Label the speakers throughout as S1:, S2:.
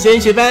S1: 升学班，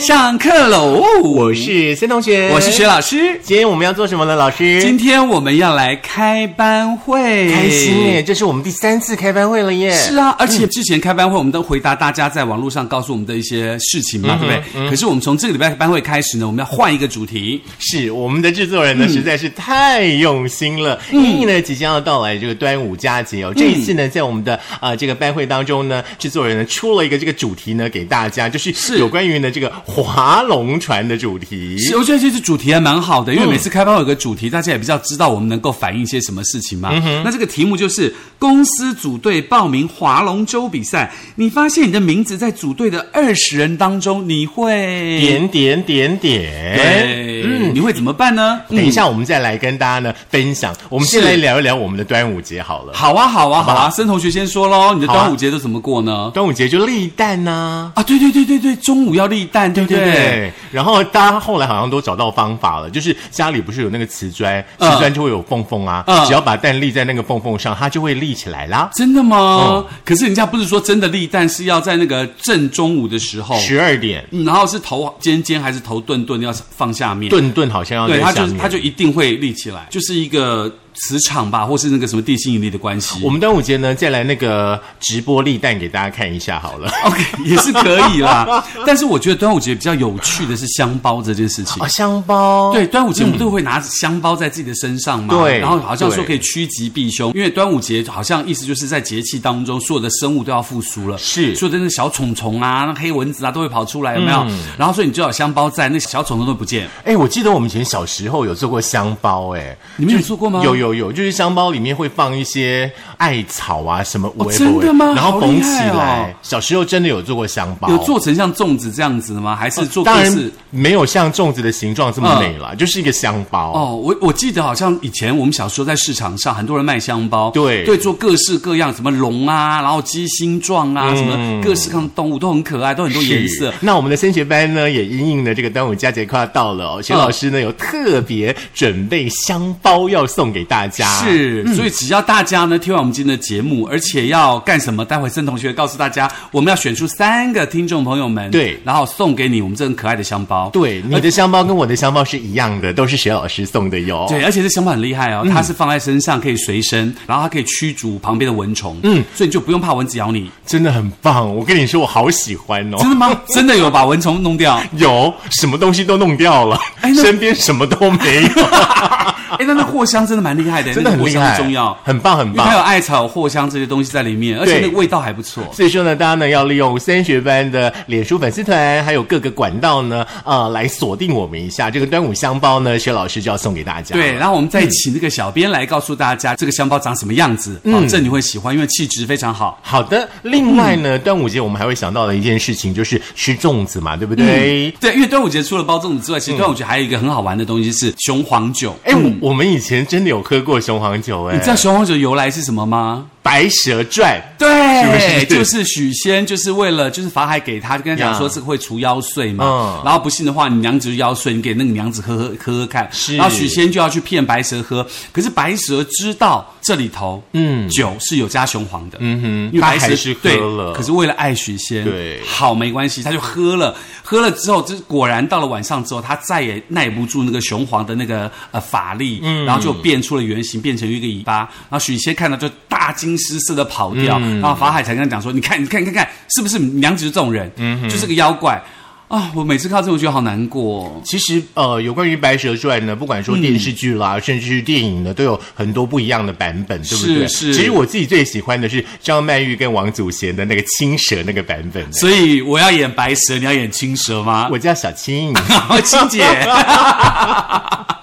S2: 上课喽！
S1: 我是森同学，
S2: 我是薛老师，
S1: 今天我们要做什么呢？老师，
S2: 今天我们要来开班会，
S1: 开心耶！哎嗯这是我们第三次开班会了耶。
S2: 是啊，而且之前开班会，我们都回答大家在网络上告诉我们的一些事情
S1: 嗯
S2: 嘛，对不对？可是我们从这个礼拜班会开始呢，我们要换一个主题。
S1: 是我们的制作人
S2: 嗯
S1: 呢，实在是太用心了。因为呢，即将要到来这个端午佳节
S2: 嗯
S1: 哦，这一次呢，在我们的啊这个班会当中呢，制作人呢出了一个这个主题呢给大家，就是有关于呢这个划龙船的主题。
S2: 是我觉得这次主题还蛮好的，因为每次开班会有个主题，大家也比较知道我们能够反映一些什么事情嘛。
S1: 嗯
S2: 那这个题目就是公司组队报名划龙舟比赛，你发现你的名字在组队的二十人当中，你会
S1: 点点点点，
S2: 对，哎嗯你会怎么办呢？
S1: 哎嗯
S2: 嗯
S1: 等一下，我们再来跟大家呢分享。我们先
S2: 是
S1: 来聊一聊我们的端午节好了。啊
S2: 好啊，好啊，好啊！森同学先说喽，你的
S1: 好啊
S2: 端午节都怎么过呢？
S1: 端午节就立蛋呐、
S2: 啊，对对对对对，中午要立蛋，对不
S1: 对不对？然后大家后来好像都找到方法了，就是家里不是有那个瓷砖，瓷
S2: 嗯
S1: 砖就会有缝缝啊，
S2: 嗯
S1: 只要把蛋立在那个缝缝上，它就会立起来啦。
S2: 真的
S1: 哦
S2: 吗？可是人家不是说真的立蛋是要在那个正中午的时候，
S1: 十二点，
S2: 嗯然后是头尖尖还是头钝钝要放下面？
S1: 顿顿好像要
S2: 对，
S1: 在
S2: 它
S1: 下
S2: 就
S1: 面。
S2: 它就一定会立起来，就是一个磁场吧，或是那个什么地心引力的关系。
S1: 我们端午节呢，再来那个直播立蛋给大家看一下好 了。
S2: OK 也是可以啦， 但是我觉得端午节比较有趣的是香包这件事情
S1: 哦，。香包，
S2: 对，端午节我们都会拿香包在自己的身上嘛，
S1: 对
S2: 然后好像说
S1: 对
S2: 可以趋吉避凶，因为端午节好像意思就是在节气当中，所有的生物都要复苏了，
S1: 是
S2: 所有的那小虫虫啊、那黑蚊子啊都会跑出来，有没有？
S1: 嗯
S2: 然后所以你就要有香包在，那小虫虫都不见。
S1: 哎，我记得我们以前小时候有做过香包，哎，
S2: 你们有做过吗？
S1: 有有有，就是香包里面会放一些艾草啊什么，
S2: 哦真的吗
S1: 然后
S2: 好
S1: 缝
S2: 厉
S1: 起
S2: 害哦
S1: 来。小时候真的有做过香包，
S2: 有做成像粽子这样子的吗？还是做各
S1: 哦当然
S2: 式？嗯
S1: 没有像粽子的形状这么美啦，就是一个香包。
S2: 哦，我我记得好像以前我们小时候在市场上，很多人卖香包，
S1: 对
S2: 对，做各式各样，什么龙啊，然后鸡心状啊，什么各式各样的动物都很可爱，都很多
S1: 嗯是
S2: 颜色。
S1: 那我们的升学班呢，也因应了这个端午佳节快要到了
S2: 嗯
S1: 哦，薛老师呢有特别准备香包要送给大家。，
S2: 是，
S1: 嗯
S2: 所以只要大家呢听完我们今天的节目，而且要干什么，待会森同学告诉大家，我们要选出三个听众朋友们，
S1: 对
S2: 然后送给你我们这很可爱的香包。
S1: 对，你的香包跟我的香包是一样的，都是薛老师送的哟。
S2: 对，而且这香包很厉害
S1: 嗯
S2: 哦，它是放在身上可以随身，然后它可以驱逐旁边的蚊虫，嗯，所以你就不用怕蚊子咬你。
S1: 真的很棒，我跟你说，我好喜欢哦。
S2: 真 的吗？真的有把蚊虫弄掉？
S1: 有什么东西都弄掉了，
S2: 哎那
S1: 身边什么都没有，
S2: 哎，那那藿香 真的蛮厉害的，
S1: 真的
S2: 那个
S1: 很厉
S2: 藿香
S1: 害，
S2: 重要，
S1: 很棒很
S2: 因为它有
S1: 棒。
S2: 艾草、有藿香这些东西在里面，而且
S1: 对
S2: 那个味道还不错。
S1: 所以说呢，大家呢要利用三学班的脸书粉丝团，还有各个管道呢，呃，来锁定我们一下这个端午香包呢，薛老师就要送给大家。
S2: 对，，然后我们再
S1: 嗯
S2: 请这个小编来告诉大家这个香包长什么样子，
S1: 嗯
S2: 保证你会喜欢，因为气质非常好。
S1: 好的。另外呢，
S2: 嗯
S1: 端午节我们还会想到的一件事情就是吃粽子嘛，对不对？
S2: 对，因为端午节除了包粽子之外，其实端午节还有一个很好玩的东西是雄黄酒。
S1: 嗯哎、我我们以前真的有喝过雄黄酒、
S2: 嗯你
S1: 哎，
S2: 知道雄黄酒由来是什么吗？
S1: 《白蛇传》。
S2: 对，
S1: 是不是
S2: 就是许仙，就是为了就是法海给他，就跟他讲说
S1: 呀
S2: 这个会除妖祟嘛
S1: 嗯。
S2: 然后不信的话，你娘子就妖祟，你给那个娘子喝喝喝喝看。
S1: 是
S2: 然后许仙就要去骗白蛇喝，可是白蛇知道这里头嗯酒是有加雄黄的，嗯哼，因为白
S1: 他还
S2: 蛇
S1: 是喝
S2: 对
S1: 了
S2: 可是为了爱许仙，
S1: 对
S2: 好没关系，他就喝了，喝了之后，这果然到了晚上之后，他再也耐不住那个雄黄的那个呃法力，然后就变出了原形，变成一个尾巴。然后许仙看到就大惊失色的跑掉，然后法海才跟他讲说：“你看，你看，你看看，是不是娘子就这种人？就是个妖怪。”啊！我每次看到这，我觉得好难过、哦。
S1: 其实，呃，有关于《白蛇传》呢，不管
S2: 嗯
S1: 说电视剧啦，甚至是电影呢，都有很多不一样的版本，对不对？
S2: 是是
S1: 其实我自己最喜欢的是张曼玉跟王祖贤的那个青蛇那个版本。
S2: 所以我要演白蛇，你要演青蛇吗？
S1: 我叫小青，
S2: 好，青 姐。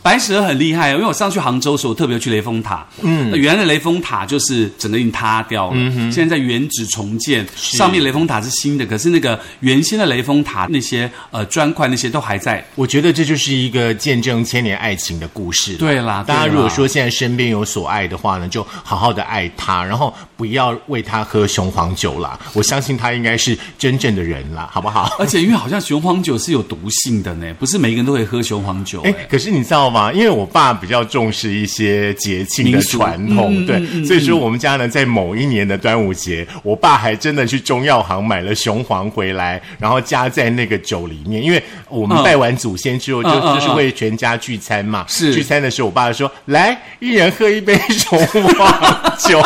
S2: 白蛇很厉害哦，因为我上去杭州的时候，我特别去雷峰塔。嗯，那原来雷峰塔就是整个已经塌掉了，现在在原址重建，上面雷峰塔是新的，可是那个原先的雷峰塔那些些呃砖块那些都还在。
S1: 我觉得这就是一个见证千年爱情的故事。啊
S2: 对啊啦
S1: 大家
S2: 对啦
S1: 如果说现在身边有所爱的话呢，就好好的爱他，然后不要为他喝雄黄酒啦。我相信他应该是真正的人啦，好不好？
S2: 而且因为好像雄黄酒是有毒性的呢，不是每个人都可以喝雄黄酒、
S1: 哎
S2: 哎，
S1: 可是你知道吗？因为我爸比较重视一些节庆的
S2: 民俗
S1: 传统，
S2: 嗯
S1: 对，所以说我们家呢，在某一年的端午节，我爸还真的去中药行买了雄黄回来，然后加在那个酒里面。因为我们
S2: 嗯
S1: 拜完祖先之后，就
S2: 嗯嗯
S1: 就是
S2: 嗯
S1: 会全家聚餐嘛。
S2: 是
S1: 聚餐的时候，我爸说：“来，一人喝一杯雄黄 酒。”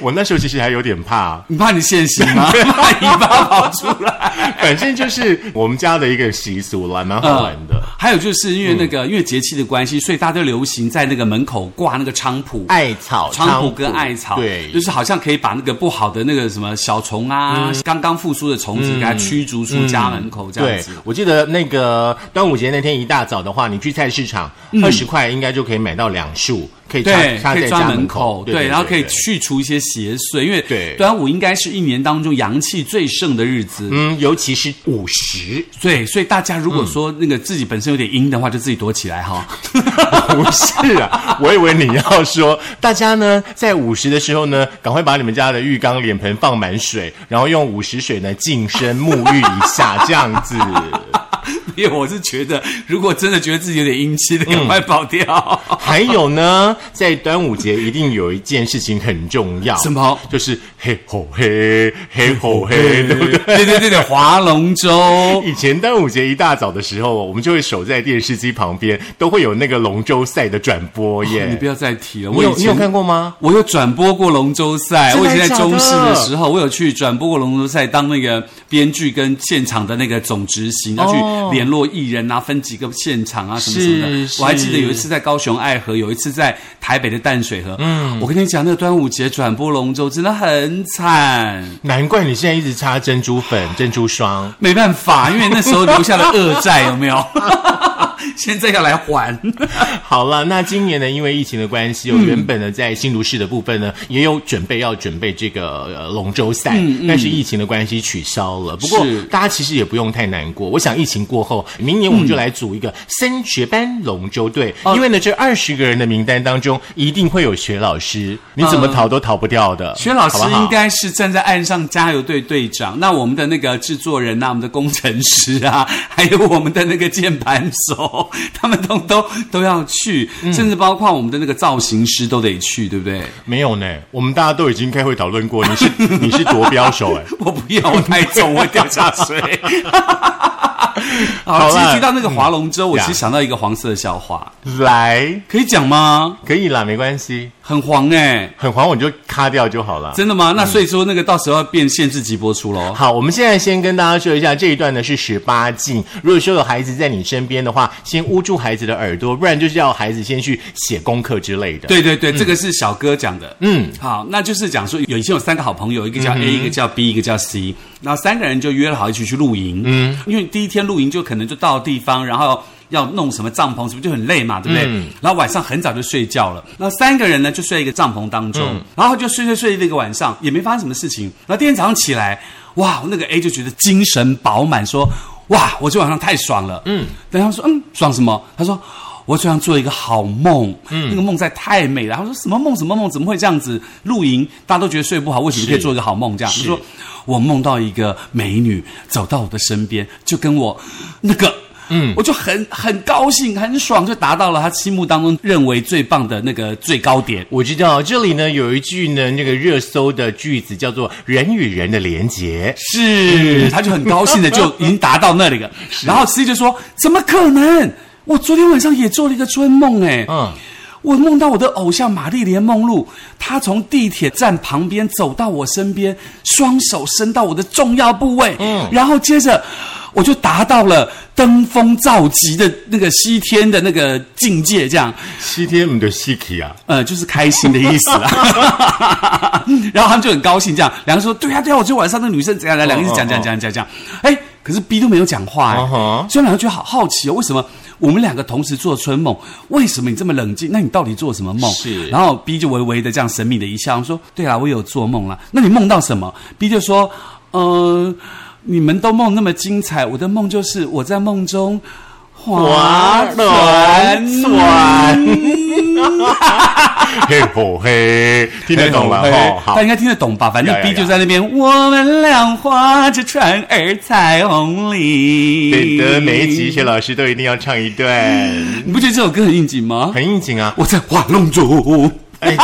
S1: 我那时候其实还有点怕、啊
S2: 你怕你现形 吗？怕尾巴跑出来。
S1: 反正就是我们家的一个习俗啦，蛮好玩的。
S2: 呃还有就是因为那个、因为节气的关系，所以大家都流行在那个门口挂那个菖蒲。
S1: 艾草、
S2: 菖蒲跟艾草，
S1: 对，
S2: 就是好像可以把那个不好的那个什么小虫啊，
S1: 嗯
S2: 刚刚复苏的虫子给它驱逐出家门口，这样
S1: 对
S2: 子。，
S1: 我记得那个端午节那天一大早的话，你去菜市场，二十、块应该就可以买到两束，可以插
S2: 嗯对，
S1: 插
S2: 可
S1: 在
S2: 以
S1: 家
S2: 抓
S1: 门
S2: 门口，
S1: 对对
S2: 然后可以
S1: 对
S2: 去除一些邪祟，因为
S1: 对
S2: 端午应该是一年当中阳气最盛的日子，
S1: 嗯，尤其是午 时，
S2: 对，所以大家如果说那个自己本身有点阴的话，就自己躲起来哈。
S1: 不是啊？我以为你要说，大家呢在午时的时候呢，赶快把你们家的浴缸、脸盆放满水，然后用午时水呢净身沐浴一下，这样 子。
S2: 因为我是觉得，如果真的觉得自己有点阴气的，赶快跑掉。
S1: 还有呢，在端午节一定有一件事情很重要，
S2: 什么？
S1: 就是嘿吼嘿，嘿吼嘿，对不对？
S2: 对对对对，划龙 舟。
S1: 以前端午节一大早的时候，我们就会守在电视机旁边，都会有那个龙舟赛的转播耶。
S2: 你不要再提了，
S1: 哦你
S2: 我以
S1: 有你有
S2: 前
S1: 看过吗？
S2: 我有转播过龙舟赛，
S1: 真
S2: 我
S1: 的
S2: 以前在
S1: 假的
S2: 中视的时候，我有去转播过龙舟赛，当那个编剧跟现场的那个总执行，要去
S1: 哦
S2: 联络艺人啊，分几个现场啊，什么什么的
S1: 是。
S2: 我还记得
S1: 是
S2: 有一次在高雄爱河，有一次在台北的淡水河。嗯，我跟你讲，那个端午节转播龙舟真的很惨。
S1: 难怪你现在一直擦珍珠粉、珍珠霜。
S2: 没办法，因为那时候留下的恶债有没 有？现在要来还。
S1: 好了，那今年呢，因为疫情的关系，我原本呢在新竹市的部分呢，也有准备要准备这个、呃、龙舟赛，但是疫情的关系取消了。不过
S2: 嗯是
S1: 大家其实也不用太难过，我想疫情过后，明年我们就来组一个升学班龙舟队，
S2: 嗯哦
S1: 因为呢这二十个人的名单当中，一定会有学老师，你怎么逃都逃不掉的。
S2: 薛嗯老师
S1: 好不好
S2: 应该是站在岸上加油队队长，那我们的那个制作人啊，我们的工程师啊， 还有我们的那个键盘手， 他们都都都要去，
S1: 嗯
S2: 甚至包括我们的那个造型师都得去，对不对？
S1: 没有呢，我们大家都已经开会讨论过，你是你是夺标手哎、
S2: 我不要，我太重，我会掉下水。 好，
S1: 好
S2: 其
S1: 啦嗯
S2: 实提到那个划龙舟，我
S1: 呀
S2: 其实想到一个黄色的笑话，
S1: 来，
S2: 可以讲吗？
S1: 可以啦，没关系，
S2: 很黄哎、
S1: 很黄我就卡掉就好了。
S2: 真的吗？那所以说那个到时候要变限制级播出喽。
S1: 好，我们现在先跟大家说一下，这一段呢是十八禁。如果说有孩子在你身边的话，先捂住孩子的耳朵，不然就是要孩子先去写功课之类的。
S2: 对对对，这个是小哥讲的。
S1: 嗯，
S2: 好，那就是讲说，有以前有三个好朋友，一个叫 A，、一个叫 B，一个叫 C，然后三个人就约了好一起去露营。嗯，因为第一天露营就可能就到地方，然后。要弄什么帐篷，是不是就很累嘛，对不对？然后晚上很早就睡觉了。那三个人呢，就睡在一个帐篷当中，然后就睡睡睡了一个晚上，也没发生什么事情。然后第二天早上起来，哇，那个 A 就觉得精神饱满，说：“哇，我今晚上太爽了。”嗯，然后他说：“嗯，爽什么？”他说：“我昨晚做了一个好梦，那个梦实在太美了。他说什么梦什么梦，怎么会这样子？露营大家都觉得睡不好，为什么可以做一个好梦？这样他说，我梦到一个美女走到我的身边，就跟我那个。嗯，我就很很高兴，很爽，就达到了他心目当中认为最棒的那个最高点。
S1: 我知道这里呢有一句呢那个热搜的句子叫做“人与人的连结
S2: 是，他就很高兴的就已经达到那里了。然后 C 就说：“怎么可能？我昨天晚上也做了一个春梦哎、”。
S1: 嗯，
S2: 我梦到我的偶像玛丽莲梦露，她从地铁站旁边走到我身边，双手伸到我的重要部位，嗯，然后接着我就达到了登峰造极的那个西天的那个境界，这样，
S1: 西天母的西奇啊，
S2: 呃，就是开心的意思啦。 然后他们就很高兴，这样，两个说：“对呀、对呀、我昨天晚上那个女生怎样
S1: 哦
S2: 来？”两个一直讲讲讲讲讲，哎，可是 B 都没有讲话哎、
S1: 嗯哼
S2: 所以两个觉得好好奇哦，为什么我们两个同时做春梦？为什么你这么冷静？那你到底做什么梦？
S1: 是
S2: 然后 B 就微微的这样神秘的一笑，说：“对啦，我有做梦啦。那你梦到什么？”B 就说：“呃，你们都梦那么精彩，我的梦就是我在梦中
S1: 划船船 嘿吼嘿，听得懂了哦，好
S2: 哎他应。该听得懂吧？反正
S1: 呀呀
S2: B
S1: 呀
S2: 就在那边，我们俩划着船儿彩虹哎里。
S1: 对的，每一集谢老师都一定要唱一段，
S2: 你不觉得这首歌很应景吗？
S1: 很应景啊。
S2: 我在划龙舟。
S1: 哎，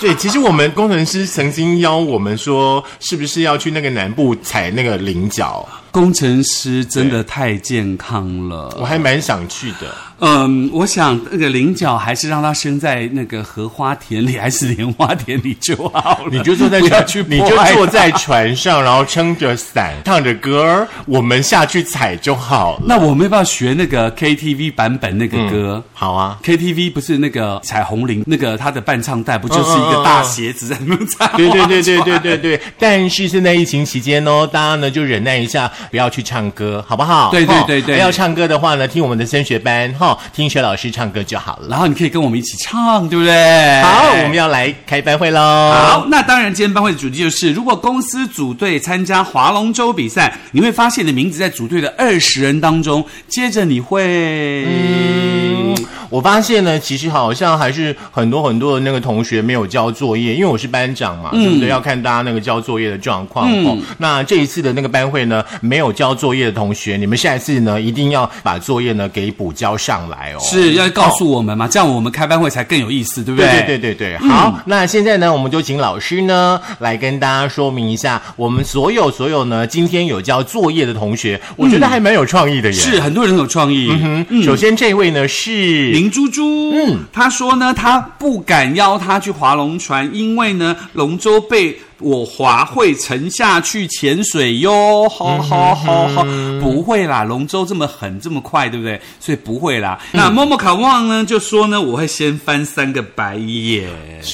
S1: 对，其实我们工程师曾经邀我们说，是不是要去那个南部踩那个菱角？
S2: 工程师真的太健康了
S1: 我。还蛮想去的。
S2: 嗯，我想那个菱角还是让它生在那个荷花田里，还是莲花田里就好了。
S1: 你就坐在
S2: 不要
S1: 船，
S2: 去
S1: 你
S2: 破
S1: 就
S2: 坏
S1: 坐
S2: 它
S1: 在船上，然后撑着伞，唱着歌儿，我们下去踩就好了。
S2: 那我们要不要学那个 KTV 版本那个歌？
S1: 好啊，
S2: KTV 不是那个彩虹铃，那个它的伴唱带不就是一
S1: 嗯嗯
S2: 个
S1: 嗯
S2: 大鞋子在那边唱？
S1: 对对对对对对对。但是现在疫情期间哦，大家呢就忍耐一下，不要去唱歌，好不好？
S2: 对对
S1: 吼
S2: 对对
S1: 要唱歌的话呢，听我们的升学班哈，吼听薛老师唱歌就好了。
S2: 然后你可以跟我们一起唱，对不对？
S1: 好，我们要来开班会喽。
S2: 哎好，那当然，今天班会的主题就是，如果公司组队参加划龙舟比赛，你会发现你的名字在组队的二十人当中，接着你会，
S1: 嗯我发现呢，其实好像还是很多很多的那个同学没有交作业，因为我是班长嘛，对不
S2: 嗯
S1: 对？要看大家那个交作业的状况、哦。那这一次的那个班会呢，没有交作业的同学，你们下一次呢一定要把作业呢给补交上来哦。
S2: 是要告诉我们嘛？这样我们开班会才更有意思，对不
S1: 对
S2: 对？嗯
S1: 对对对对，好，那现在呢，我们就请老师呢来跟大家说明一下，我们所有所有呢今天有交作业的同学，我觉得还蛮有创意的耶。
S2: 嗯是很多人很有创意。
S1: 嗯，首先这位呢是
S2: 林珠珠，嗯，她说呢，她不敢邀她去划龙船，因为呢，龙舟被我划会沉下去潜水哟，好好好好，不会啦，龙舟这么狠，这么快，对不对？所以不会啦。那默默卡旺呢，就说呢，我会先翻三个白眼，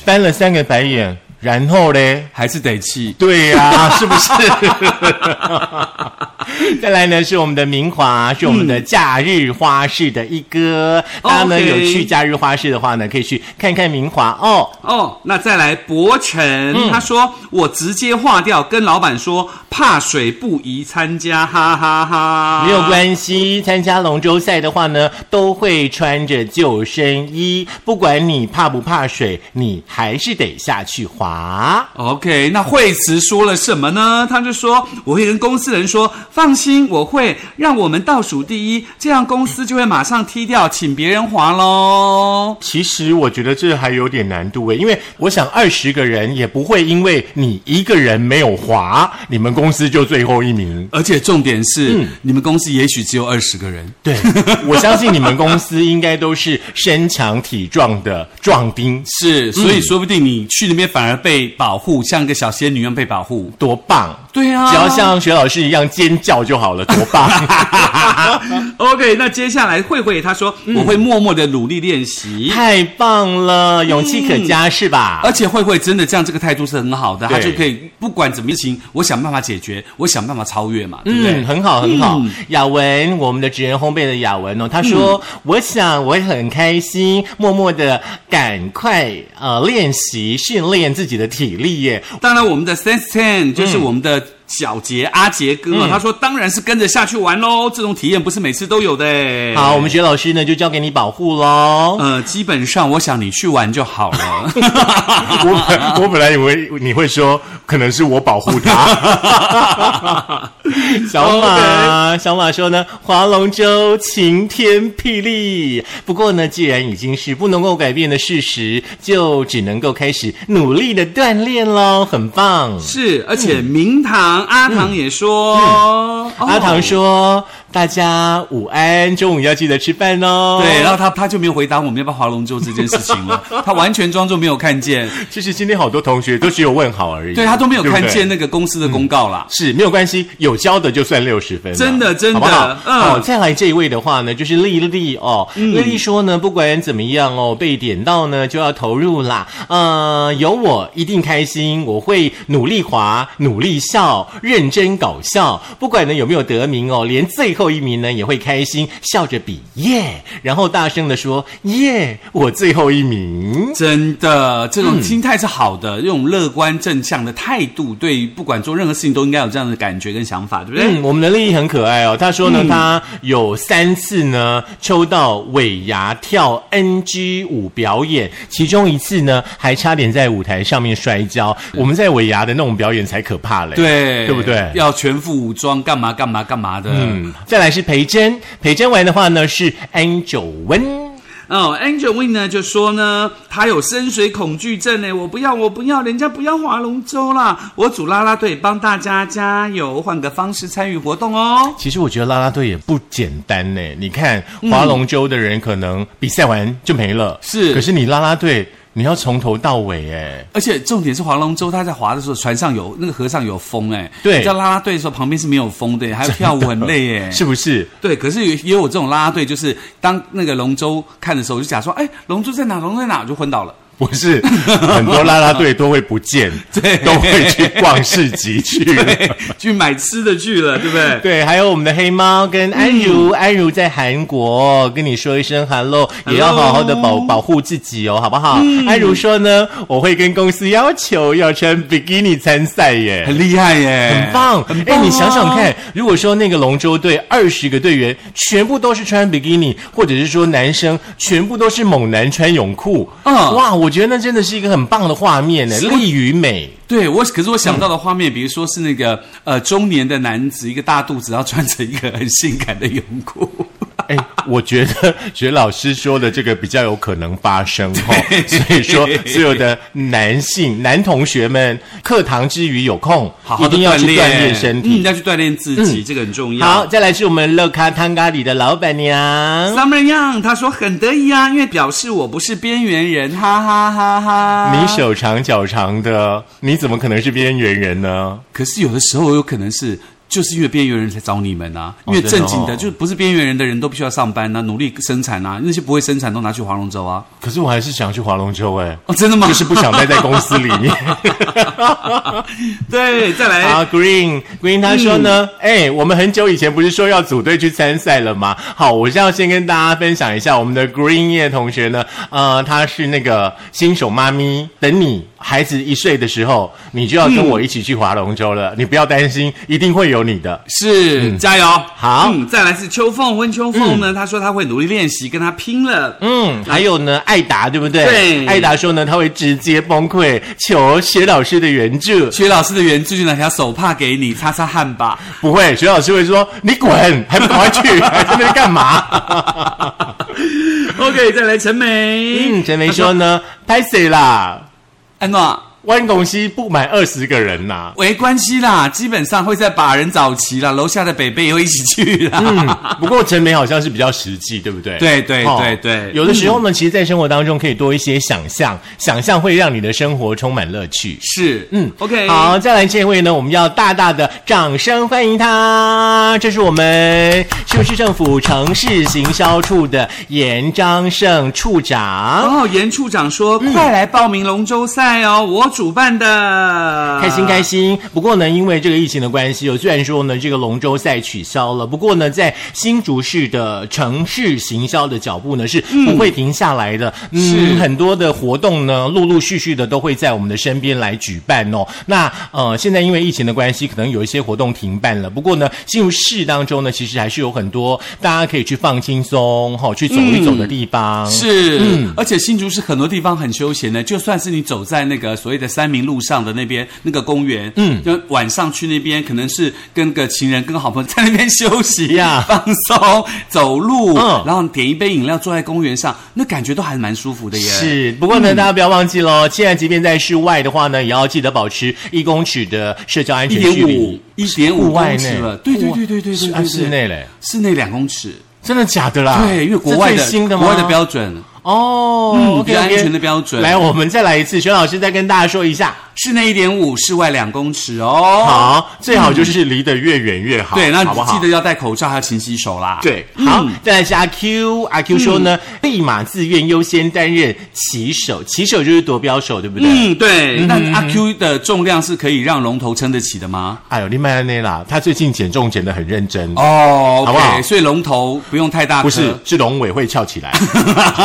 S1: 翻了三个白眼，然后嘞。
S2: 还是得气。
S1: 对呀、 是不是？再来呢，是我们的明华，是我们的假日花市的一哥。大家呢
S2: OK
S1: 有去假日花市的话呢，可以去看看明华哦。
S2: 哦，那再来博晨，他说我直接划掉，跟老板说怕水不宜参加，哈哈哈。
S1: 没有关系，参加龙舟赛的话呢，都会穿着救生衣，不管你怕不怕水，你还是得下去滑。
S2: OK，那惠慈说了什么呢？他就说我会跟公司人说，放心，我会让我们倒数第一，这样公司就会马上踢掉，请别人划喽。
S1: 其实我觉得这还有点难度诶，因为我想二十个人也不会因为你一个人没有滑，你们公司就最后一名。
S2: 而且重点是，你们公司也许只有二十个人，
S1: 对， 我相信你们公司应该都是身强体壮的壮丁，
S2: 是，所以说不定你去那边反而被保护，像个小仙女一样被保护。
S1: 多棒！
S2: 对啊，
S1: 只要像学老师一样尖叫就好了，多棒！
S2: 啊 OK，那接下来慧慧她说、我会默默的努力练习。
S1: 太棒了，勇气可嘉是吧？
S2: 而且慧慧真的这样，这个态度是很好的，她
S1: 对
S2: 就可以不管怎么事情，我想办法解决，我想办法超越嘛，对不对？
S1: 嗯，很好，很好。雅文，我们的职人烘焙的雅文哦，他说：“
S2: 嗯
S1: 我想我也很开心，默默的赶快呃练习训练自己的体力耶。
S2: 当然，我们的 Sense
S1: 嗯
S2: Ten 就是我们的小杰、阿杰哥嘛，他说当然是跟着下去玩喽，这种体验不是每次都有的欸。
S1: 好，我们学老师呢就交给你保护喽。
S2: 呃，基本上我想你去玩就好 了。
S1: 我 本我本来以为你会说，可能是我保护他。 小马小马说呢，划龙舟晴天霹雳。不过呢，既然已经是不能够改变的事实，就只能够开始努力的锻炼喽，很棒。
S2: 是，而且明堂、阿堂也说，哦
S1: 嗯阿唐。说：“大家午安，中午要记得吃饭哦。”
S2: 对，然后他他就没有回答我们要不要划龙舟这件事情了，他完全装作没有看见，
S1: 其实今天好多同学都只有问好而已，
S2: 对他都没有
S1: 对不
S2: 看
S1: 对
S2: 见那个公司的公告啦。
S1: 是没有关系，有交的就算六十分了，
S2: 真的真的
S1: 好不好？
S2: 嗯
S1: 好，再来这一位的话呢，就是丽丽哦，丽丽说呢，不管怎么样哦，被点到呢就要投入啦，呃，有我一定开心，我会努力滑，努力笑，认真搞笑，不管呢有没有得名哦，连最后一名呢也会开心笑着比耶，然后大声的说耶，我最后一名。
S2: 真的，这种心态是好的，这种乐观正向的态度，对不管做任何事情都应该有这样的感觉跟想法，对不嗯对？
S1: 嗯，我们的丽丽很可爱哦。她说呢，她有三次呢抽到尾牙跳 NG 舞表演，其中一次呢还差点在舞台上面摔跤。我们在尾牙的那种表演才可怕嘞，
S2: 对，
S1: 对不对？
S2: 要全副武装，干嘛干嘛干嘛的。
S1: 嗯，再来是培珍，培珍玩的话呢是 Angel 温。
S2: 哦，Angel Win 呢就说呢，他有深水恐惧症欸呢，我不要，我不要，人家不要划龙舟啦，我组啦啦队帮大家加油，换个方式参与活动哦。
S1: 其实我觉得啦啦队也不简单呢。你看划龙舟的人可能比赛完就没了，
S2: 是
S1: 可是你啦啦队，你要从头到尾哎。
S2: 而且重点是划龙舟，他在划的时候，船上有那个河上有风哎，
S1: 对
S2: 叫啦啦队的时候旁边是没有风的，还有跳舞很累 哎，
S1: 是不是？
S2: 对，可是也也有这种啦啦队，就是当那个龙舟看的时候，我就假说，哎，龙舟在哪？龙舟在哪？我就昏倒了。
S1: 不是，很多啦啦队都会不 见，
S2: 对
S1: 都会去逛市集 去了。
S2: 对，去买吃的去了，对不对？
S1: 对，还有我们的黑猫跟安如，安如在韩国，跟你说一声 hello，也要好好的保
S2: Hello
S1: 保护自己哦，好不好？安如说呢，我会跟公司要求要穿比基尼参赛耶，
S2: 很厉害耶，
S1: 很棒。
S2: 很
S1: 哎、
S2: 棒、啊
S1: 你想想看，，如果说那个龙舟队二十个队员全部都是穿比基尼，或者是说男生全部都是猛男穿泳裤，
S2: 嗯
S1: 哇，我觉得那真的是一个很棒的画面呢，
S2: 是
S1: 力与美。
S2: 对我，可是我想到的画面，比如说是那个呃中年的男子，一个大肚子，然后穿着一个很性感的泳裤，
S1: 哎，我觉得 学老师说的这个比较有可能发生哈、哦，所以说所有的男性男同学们，课堂之余有空，
S2: 好好
S1: 一
S2: 的
S1: 定要去
S2: 锻
S1: 锻炼身
S2: 嗯
S1: 体。嗯
S2: 要去锻炼自己，这个很重要。
S1: 好，再来是我们乐咖汤咖喱的老板娘。
S2: Summer Young 他说很得意啊，因为表示我不是边缘人，哈哈哈哈。
S1: 你手长脚长的，你怎么可能是边缘人呢？
S2: 可是有的时候有可能是。就是因为边缘人才找你们啊，因为
S1: 真的
S2: 正经的，
S1: 哦
S2: 就不是边缘人的人都必须要上班啊，努力生产啊，那些不会生产都拿去划龙舟啊。
S1: 可是我还是想去划龙舟哎、
S2: 哦，真的吗？
S1: 就是不想待在公司里面。
S2: 对，再来
S1: 好，Green 啊 Green 他说呢，哎、我们很久以前不是说要组队去参赛了吗？好，我是要先跟大家分享一下我们的 Green 叶同学呢，呃，他是那个新手妈咪，等你孩子一岁的时候，你就要跟我一起去划龙舟了，你不要担心，一定会有你的。
S2: 是、加油，
S1: 好
S2: 嗯，再来是秋凤温秋凤呢，她说她会努力练习，跟她拼了。
S1: 嗯，还有呢，艾达对不对？
S2: 对
S1: 艾达说呢，他会直接崩溃，求薛老师的援助。
S2: 薛老师的原著就拿条手帕给你擦擦汗吧。
S1: 不会，薛老师会说你滚，还不赶快去，还在那边干嘛？
S2: OK，再来陈梅，
S1: 嗯，陈梅说呢，拍谁啦？
S2: 安诺
S1: 湾公司不满二十个人呐、
S2: 没关系啦，基本上会在把人找齐啦，楼下的北北也会一起去啦。
S1: 嗯，不过陈梅好像是比较实际，对不对？
S2: 对对
S1: 哦
S2: 对对
S1: 有的时候呢，其实，在生活当中可以多一些想象，想象会让你的生活充满乐趣。
S2: 是，
S1: 嗯
S2: ，OK，
S1: 好，，再来这位呢，我们要大大的掌声欢迎他。这是我们是不是政府城市行销处的严章胜处
S2: 然
S1: 长。
S2: 后严处长说：“
S1: 嗯
S2: 快来报名龙舟赛哦，我主办的，
S1: 开心开心，不过呢，因为这个疫情的关系，哦，虽然说呢，这个龙舟赛取消了，不过呢，在新竹市的城市行销的脚步呢是不会停下来的。嗯，
S2: 嗯是
S1: 很多的活动呢，陆陆续续的都会在我们的身边来举办哦。那呃，现在因为疫情的关系，可能有一些活动停办了，不过呢，进入市当中呢，其实还是有很多大家可以去放轻松，哈、去走一走的地方。
S2: 是，
S1: 嗯
S2: 而且新竹市很多地方很休闲的，就算是你走在那个所谓的三明路上的那边那个公园，嗯，就晚上去那边，可能是跟个情人、跟个好朋友在那边休息
S1: 呀
S2: 放松、走路，
S1: 嗯
S2: 然后点一杯饮料，坐在公园上，那感觉都还蛮舒服的耶。，
S1: 是，嗯不过呢，大家不要忘记喽，现在即便在室外的话呢，也要记得保持一公尺的社交安
S2: 一
S1: 全
S2: 点
S1: 距
S2: 五
S1: 离。，
S2: 一点五
S1: 户外
S2: 公尺
S1: 内
S2: 了，对对对对对对
S1: 是
S2: 对
S1: 按
S2: 对，
S1: 啊室内嘞，
S2: 室内两公尺，
S1: 真的假的啦？
S2: 对，因为国外
S1: 这
S2: 的
S1: 最新的吗
S2: 国外的标准，
S1: 哦，OK，OK，
S2: 比较安全的标准
S1: 来，我们再来一次，熊老师再跟大家说一下。
S2: 室内一点五，室外两公尺哦。，
S1: 好，嗯最好就是离得越远越好，
S2: 对，那
S1: 好不好
S2: 记得要戴口罩，还要勤洗手啦。，
S1: 对，好，再来是阿 Q，阿 Q 说呢，立马自愿优先担任骑手，骑手就是夺标手，对不对？
S2: 嗯，对。那阿 Q 的重量是可以让龙头撑得起的吗？
S1: 哎呦，你麦安内啦，他最近减重减得很认真，
S2: 哦
S1: 好不好
S2: ，OK，所以龙头不用太大颗，
S1: 不 是，是龙尾会翘起来。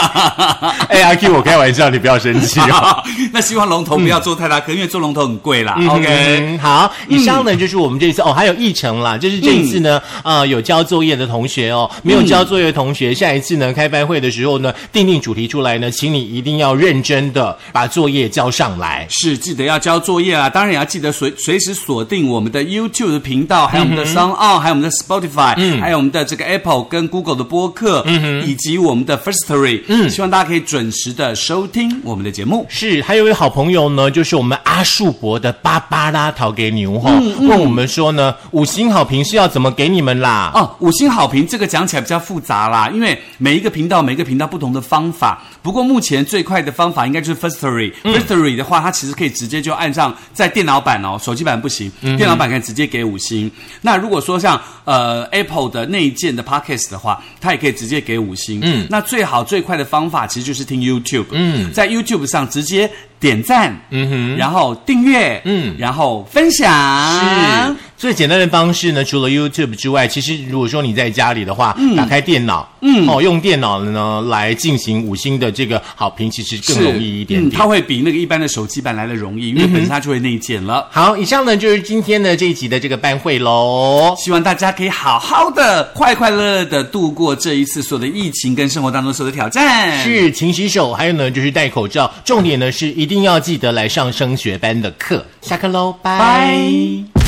S1: 哎，阿 Q，我开玩笑，你不要生气 哦。
S2: 那希望龙头不要做太大颗，因为做龙头很贵啦。OK，
S1: 嗯好，以上呢就是我们这一次哦，还有议程啦，就是这一次呢，呃，有交作业的同学哦，没有交作业的同学，下一次呢开班会的时候呢，定定主题出来呢，请你一定要认真的把作业交上来。
S2: 是记得要交作业啊，当然也要记得随随时锁定我们的 YouTube 的频道，还有我们的 Sound On，、还有我们的 Spotify，、还有我们的这个 Apple 跟 Google 的播客，以及我们的 Firstory，嗯，希望大家可以准时的收听我们的节目。
S1: 是，还有一位好朋友呢，就是我们阿树伯的芭芭拉陶给牛哈，问我们说呢，五星好评是要怎么给你们啦？
S2: 哦，五星好评这个讲起来比较复杂啦，因为每一个频道每一个频道不同的方法。不过目前最快的方法应该就是 Firstory、Firstory 的话，它其实可以直接就按上在电脑版哦，手机版不行，电脑版可以直接给五星。那如果说像呃 Apple 的内建的 Podcast 的话，它也可以直接给五星。嗯，那最好最快的方法其实就是听 YouTube。嗯，在 YouTube 上直接点赞，嗯哼，然后订阅，嗯，然后分享。啊
S1: 是最简单的方式呢，除了 YouTube 之外，其实如果说你在家里的话，打开电脑，嗯，哦，用电脑呢来进行五星的这个好评，其实更
S2: 是
S1: 容易一点嗯
S2: 嗯
S1: 点。
S2: 它会比那个一般的手机版来的容易，因为本身它就会内建了。
S1: 好，以上呢就是今天的这一集的这个班会喽。
S2: 希望大家可以好好的、快快乐乐的度过这一次所有的疫情跟生活当中所有的挑战。，
S1: 是勤洗手，还有呢就是戴口罩，重点呢是一定要记得来上升学班的课。下课喽，拜
S2: 拜。